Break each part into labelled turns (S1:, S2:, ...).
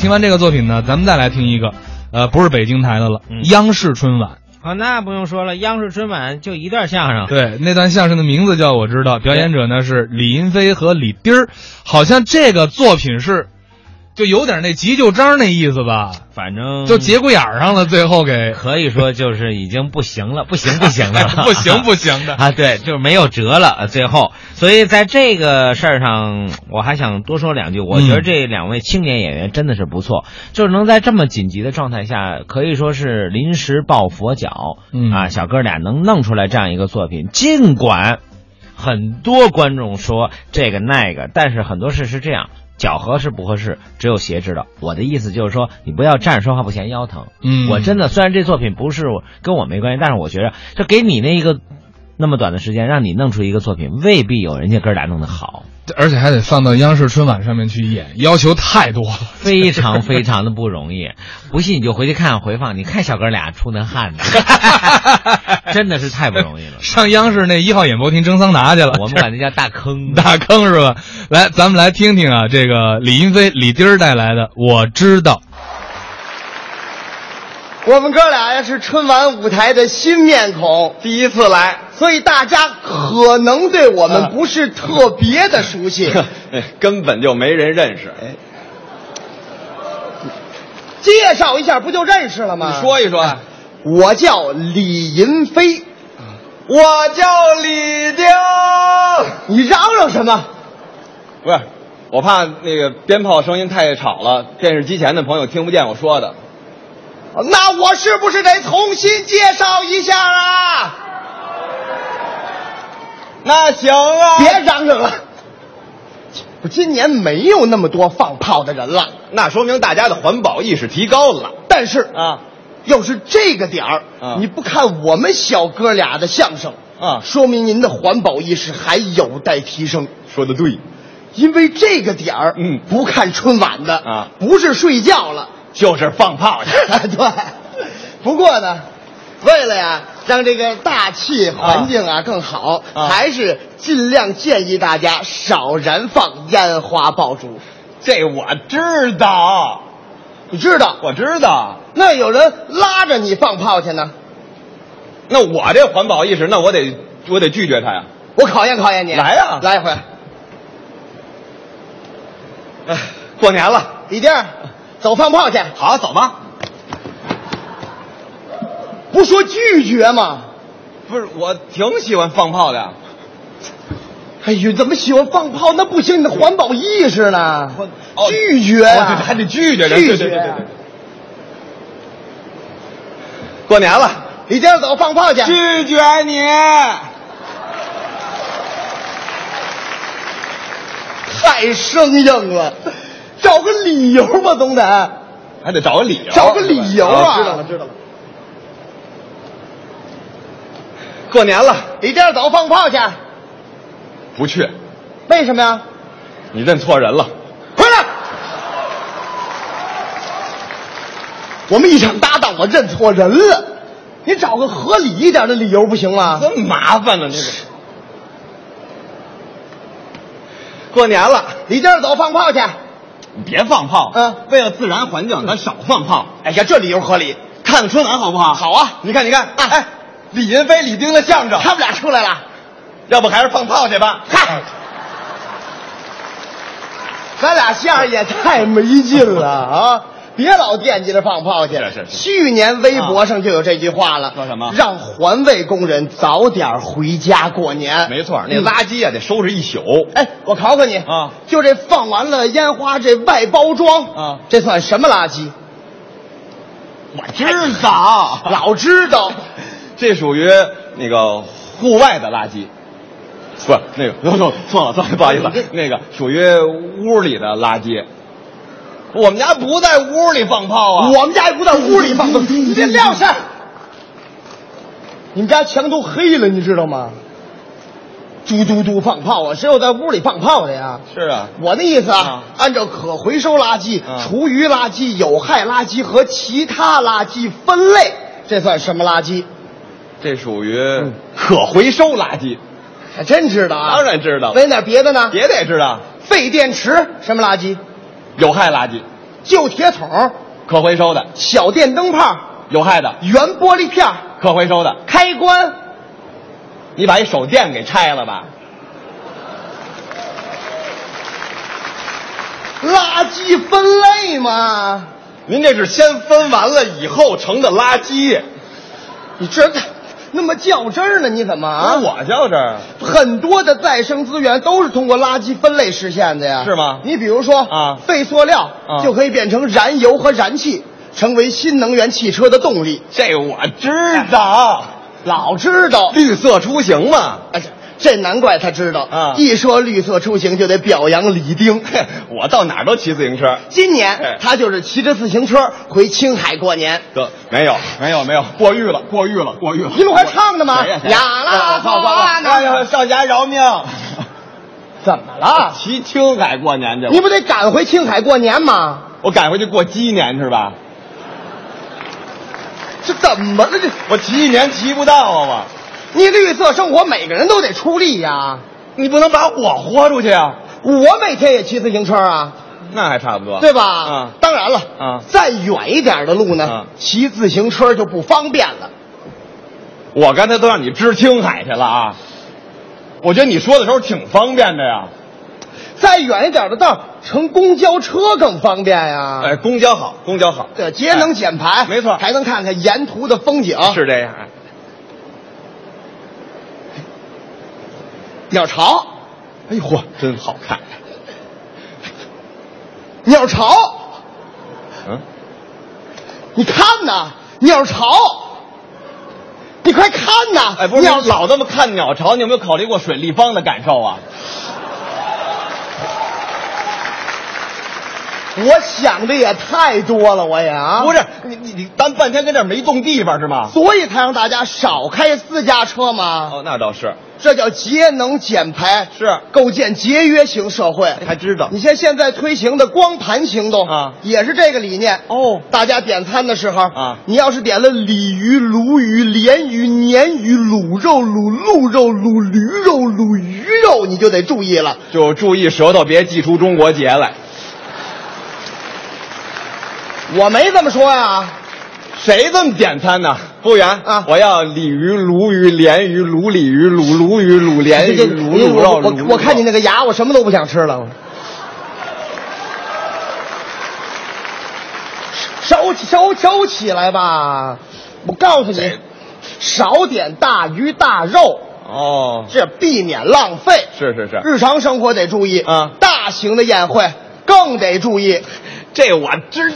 S1: 听完这个作品呢，咱们再来听一个，呃，不是北京台的了，
S2: 嗯
S1: 央视春晚。
S2: 啊，那不用说了，央视春晚就一段相声。
S1: 对，那段相声的名字叫我知道，表演者呢是李云飞和李丁儿。好像这个作品是，就有点那急救章那意思吧，
S2: 反正
S1: 就节骨眼儿上了，最后给
S2: 可以说就是已经不行了，不行不行的
S1: ，不行不行的。
S2: 啊，对，就是没有辙了，呃最后。所以在这个事儿上，我还想多说
S1: 嗯
S2: 两句。我觉得这两位青年演员真的是不错，就是能在这么紧急的状态下，可以说是临时抱佛脚、
S1: 嗯
S2: 啊，小哥俩能弄出来这样一个作品，尽管很多观众说这个那个，但是很多事是这样。搅和是不合适，只有鞋知道。我的意思就是说，你不要站着说话不嫌腰疼。
S1: 嗯
S2: 我真的虽然这作品不是我跟我没关系，但是我觉得这给你那一个那么短的时间，让你弄出一个作品，未必有人家哥俩弄得好，
S1: 而且还得放到央视春晚上面去演，要求太多 了。。
S2: 非常非常的不容易。不信你就回去看看回放，你看小哥俩出那汗 的，真的是太不容易了
S1: 上央视那一号演播厅蒸桑拿去了，
S2: 我们管那叫大坑。
S1: 大坑是吧？来，咱们来听听啊，这个李云飞、李丁儿带来的《我知道》。
S3: 我们哥俩呀是春晚舞台的新面孔，第一次来，所以大家可能对我
S4: 啊
S3: 们不是特别的熟 悉。
S4: 根本就没人认识。
S3: 介绍一下，不就认识了吗？
S4: 你说一啊说，
S3: 我叫李银飞，
S4: 我叫李丁，
S3: 你嚷嚷什么？
S4: 不是，我怕那个鞭炮声音太吵了，电视机前的朋友听不见我说的。
S3: 那我是不是得重新介绍一下啊？
S4: 那行啊，
S3: 别嚷嚷了，我今年没有那么多放炮的人了，
S4: 那说明大家的环保意识提高了
S3: 但是
S4: 啊。
S3: 要是这个点儿、
S4: 啊
S3: 你不看我们小哥俩的相声
S4: 啊
S3: 说明您的环保意识还有待提升。
S4: 说的对，
S3: 因为这个点儿，
S4: 嗯
S3: 不看春晚的
S4: 啊
S3: 不是睡觉了，
S4: 就是放炮去。
S3: 对。不过呢，为了呀让这个大气环境啊更好，
S4: 啊
S3: 还是尽量建议大家少燃放烟花爆竹。
S4: 这我知道，
S3: 你知道，
S4: 我知道。
S3: 那有人拉着你放炮去呢，
S4: 那我这环保意识，那我得我得拒绝他呀。
S3: 我考验考验你，
S4: 来呀
S3: 来一回。
S4: 哎过年了，
S3: 李丁儿，走放炮去。
S4: 好，走吧。
S3: 不说拒绝吗？
S4: 不是，我挺喜欢放炮的呀。
S3: 哎呦，怎么喜欢放炮？那不行，你的环保意识呢？
S4: 哦
S3: 拒绝呀、
S4: 哦对对还得拒绝人
S3: 拒绝。
S4: 对对对对对过年了。
S3: 李丁儿走放炮去。
S4: 拒绝你。
S3: 太生硬了，找个理由吧，总得
S4: 还得找个理由，哦
S3: 找个理由啊。
S4: 知道了，
S3: 知道了。
S4: 过年了，
S3: 李丁儿走放炮去，
S4: 不去，
S3: 为什么呀？
S4: 你认错人了。
S3: 回来。我们一场搭档，我认错人了。你找个合理一点的理由不行吗？
S4: 么麻烦呢，这个。过年了，
S3: 李丁儿走放炮去。
S4: 你别放炮。
S3: 嗯
S4: 为了自然环境，咱少放炮。
S3: 哎呀，这理由合理。
S4: 看看春晚好不好？好啊！你看，你看，哎，李云飞、李丁的相声，
S3: 他们俩出来了。
S4: 要不还是放炮去吧？
S3: 嗨，哎咱俩相声也太没劲 了啊！别老惦记着放炮去了。
S4: 是是是
S3: 去年微博上就有这句话了，
S4: 说什么
S3: 让环卫工人早点回家过年。
S4: 没错，那
S3: 嗯
S4: 垃圾啊得收拾一宿。
S3: 哎，我考考你
S4: 啊
S3: 就这放完了烟花这外包装
S4: 啊
S3: 这算什么垃圾？
S4: 我知道
S3: 老知道，
S4: 这属于那个户外的垃圾，不是那个， 错错了错了，不好意思，
S3: 嗯
S4: 那个属于屋里的垃圾。我们家不在屋里放炮啊，
S3: 我们家也不在屋里放，你这撂下。你们家墙都黑了，你知道吗？嘟嘟嘟放炮啊！谁有在屋里放炮的呀？
S4: 是啊，
S3: 我那意思啊
S4: 啊，
S3: 按照可回收垃圾、
S4: 啊
S3: 厨余垃圾、有害垃圾和其他垃圾分类，这算什么垃圾？
S4: 这属于可回收垃圾，
S3: 还真知道嗯啊！
S4: 当然知道
S3: 那点别的呢？
S4: 也得知道
S3: 废电池什么垃圾？
S4: 有害垃圾，
S3: 旧铁桶、
S4: 可回收的，
S3: 小电灯泡、
S4: 有害的，
S3: 圆玻璃片、
S4: 可回收的。
S3: 开关。
S4: 你把一手电给拆了吧？
S3: 垃圾分类嘛，
S4: 您这是先分完了以后成的垃圾
S3: 你这那么较真儿呢？你怎么啊？
S4: 我较真儿，
S3: 很多的再生资源都是通过垃圾分类实现的呀，
S4: 是吗
S3: 你比如说
S4: 啊
S3: 废塑料、
S4: 啊
S3: 就可以变成燃油和燃气，成为新能源汽车的动力。
S4: 这我知道，
S3: 老知道，
S4: 绿色出行 嘛。
S3: 哎，这难怪他知道
S4: 啊
S3: 一说绿色出行，就得表扬李 丁。
S4: 我到哪儿都骑自行车。
S3: 今
S4: 哎
S3: 年他就是骑着自行车回青海过年。
S4: 得，没有，没有，没有，过誉了，过誉了，过誉了。
S3: 一路还唱呢吗
S4: 谁呀谁
S3: 呀啦
S4: 哎呀
S3: 呱啦
S4: 哎呀，少侠饶命！
S3: 怎么了？
S4: 骑青海过年去，
S3: 你不得赶回青海过年吗？
S4: 我赶回去过鸡年是吧？
S3: 这怎么了？这
S4: 我骑一年骑不到啊，
S3: 你绿色生活，每个人都得出力呀、
S4: 我你不能把我豁出去啊！
S3: 我每天也骑自行车啊，
S4: 那还差不多，
S3: 对吧？
S4: 啊，
S3: 当然了，
S4: 啊
S3: 再远一点的路呢，
S4: 啊
S3: 骑自行车就不方便了。
S4: 我刚才都让你知青海去了啊！我觉得你说的时候挺方便的呀。
S3: 再远一点的道，乘公交车更方便呀、
S4: 哎，公交好，公交好，
S3: 对，节能减排，
S4: 没错
S3: 还能看看沿途的风景。
S4: 是这样。哎
S3: 鸟巢，
S4: 哎呦嚯，真好看！
S3: 鸟巢，
S4: 嗯，
S3: 你看呐，鸟巢，你快看呐！
S4: 哎，不是，
S3: 鸟
S4: 你老这么看鸟巢，你有没有考虑过水立方的感受啊？
S3: 我想的也太多了，我也啊，
S4: 不是，你你你，咱半天跟这儿没动地方是吗？
S3: 所以才让大家少开私家车嘛。
S4: 哦，那倒是，
S3: 这叫节能减排，
S4: 是
S3: 构建节约型社会。
S4: 还知道
S3: 你像现在推行的光盘行动
S4: 啊
S3: 也是这个理念。
S4: 哦
S3: 大家点餐的时候
S4: 啊
S3: 你要是点了鲤鱼、鲈鱼、鲢鱼、鲶鱼、卤肉、卤鹿肉、卤驴肉、卤鱼肉，你就得注意了。
S4: 就注意舌头别祭出中国结来。
S3: 我没这么说
S4: 啊
S3: 呀，
S4: 谁这么点餐呢？服务员
S3: 啊
S4: 我要鲤鱼、鲈鱼、鲢鱼、鲈鲤鱼、鲈鲈鱼、鲈鲢
S3: 这
S4: 鱼、
S3: 这
S4: 鲈鲈肉。
S3: 我
S4: 鲈
S3: 我我哎看你那
S4: 个，
S3: 个牙，我什么都不想吃了。收收收起来吧！我告诉你，少点大鱼大肉，
S4: 哦，
S3: 这避免浪费。
S4: 是是是，
S3: 日常生活得注意
S4: 啊
S3: 大型的宴会更得注意。
S4: 这我知。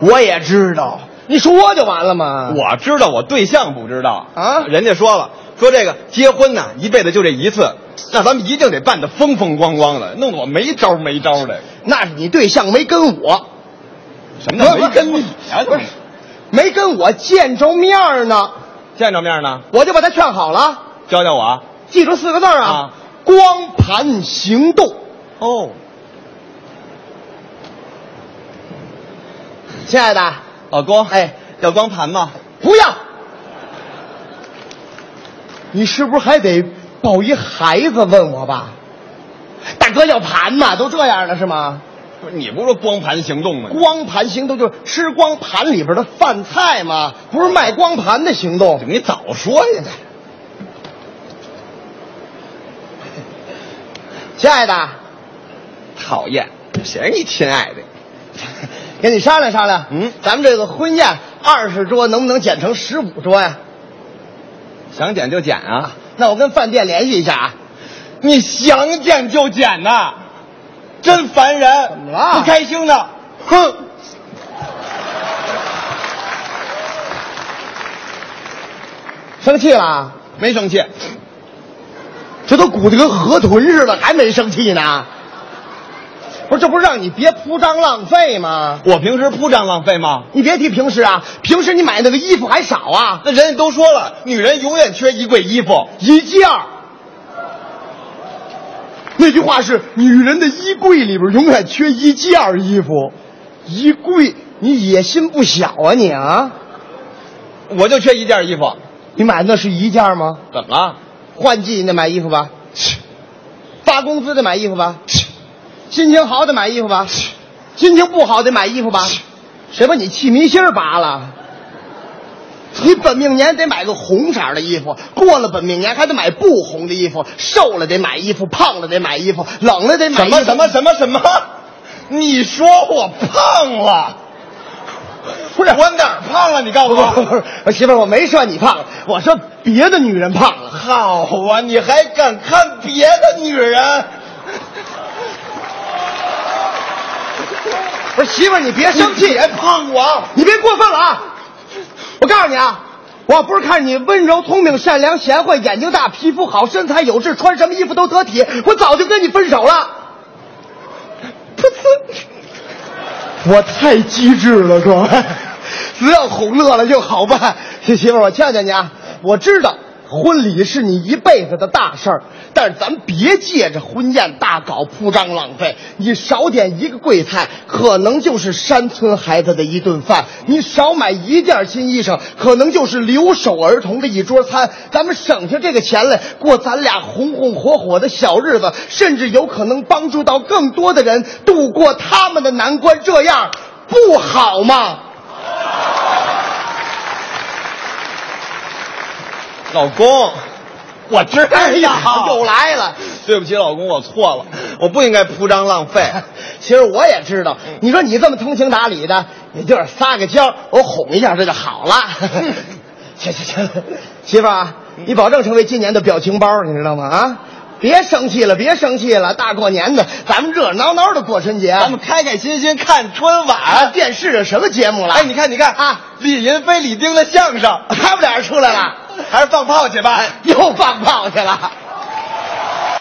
S3: 我也知道，你说就完了吗？
S4: 我知道，我对象不知道
S3: 啊
S4: 人家说了，说这个结婚呐，一辈子就这一次，那咱们一定得办得风风光光的，弄得我没招儿没招儿的。
S3: 那是你对象没跟我，
S4: 什么叫没跟你啊？
S3: 不是，没跟我见着面儿呢，
S4: 见着面呢，
S3: 我就把他劝好了。
S4: 教教我啊。
S3: 记住四个字儿啊，
S4: 啊
S3: 光盘行动。
S4: 哦，
S3: 亲爱的，
S4: 老公，
S3: 哎，
S4: 要光盘吗？
S3: 不要，你是不是还得抱一孩子问我吧？大哥要盘嘛，都这样了是吗？
S4: 不是，你不是说光盘行动吗？
S3: 光盘行动就是吃光盘里边的饭菜嘛，不是卖光盘的行动。
S4: 你早说呀！
S3: 亲爱的，
S4: 讨厌，谁是你亲爱的？
S3: 跟你商量商量，
S4: 嗯
S3: 咱们这个婚宴二十桌能不能减成十五桌呀、
S4: 想减就减啊！
S3: 那我跟饭店联系一下啊。
S4: 你想减就减呐、真烦人！
S3: 怎么了
S4: 不开心呢？哼！
S3: 生气了啊？
S4: 没生气，
S3: 这都鼓得跟河豚似的，还没生气呢。不是，这不是让你别铺张浪费吗？
S4: 我平时铺张浪费吗？
S3: 你别提平时啊，平时你买那个衣服还少啊，
S4: 那人家都说了，女人永远缺一柜衣服。
S3: 一件儿。那句话是：女人的衣柜里边永远缺一件儿衣服。衣柜，你野心不小啊你啊！
S4: 我就缺一件衣服，
S3: 你买的那是一件儿吗？
S4: 怎么了？
S3: 换季你得买衣服吧，发工资得买衣服吧，心情好得买衣服吧，心情不好得买衣服吧。谁把你气迷心儿拔了？你本命年得买个红色儿的衣服，过了本命年还得买不红的衣服。瘦了得买衣服，胖了得买衣服，冷了得买
S4: 什
S3: 衣
S4: 么
S3: 服。
S4: 什么什么什么？你说我胖了？不是我哪儿胖了？你告诉
S3: 不不不
S4: 我。
S3: 不，媳妇儿，我没说你胖，我说别的女人胖了。
S4: 好啊，你还敢看别的女人？
S3: 不是媳妇儿，你别生
S4: 你
S3: 气
S4: 别，碰我！
S3: 你别过分了啊！我告诉你啊，我要不是看你温柔、聪明、善良、贤惠、眼睛大、皮肤好、身材有致，穿什么衣服都得体，我早就跟你分手了。噗呲我太机智了，各 位，只要哄乐了就好办。媳媳妇儿，我劝劝你啊，我知道。婚礼是你一辈子的大事儿，但是咱别借着婚宴大搞铺张浪费。你少点一个贵菜，可能就是山村孩子的一顿饭；你少买一件新衣裳，可能就是留守儿童的一桌餐。咱们省下这个钱来，过咱俩红红火火的小日子，甚至有可能帮助到更多的人度过他们的难关。这样不好吗？
S4: 老公，我知道。
S3: 哎呀，又来了。
S4: 对不起，老公，我错了，我不应该铺张浪费。
S3: 其实我也知道，
S4: 嗯
S3: 你说你这么通情达理的，也就是撒个娇，我哄一下这就好了。
S4: 嗯
S3: 行行行，媳妇儿啊，你保证成为今年的表情包，你知道吗？啊，别生气了，别生气了，大过年的，咱们热热闹闹的过春节。啊
S4: 咱们开开心心看春晚。
S3: 电视上什么节目了？
S4: 哎，你看，你看
S3: 啊，
S4: 李云飞、李丁的相声，
S3: 他们俩出来了，
S4: 还是放炮去吧。
S3: 又放炮去了。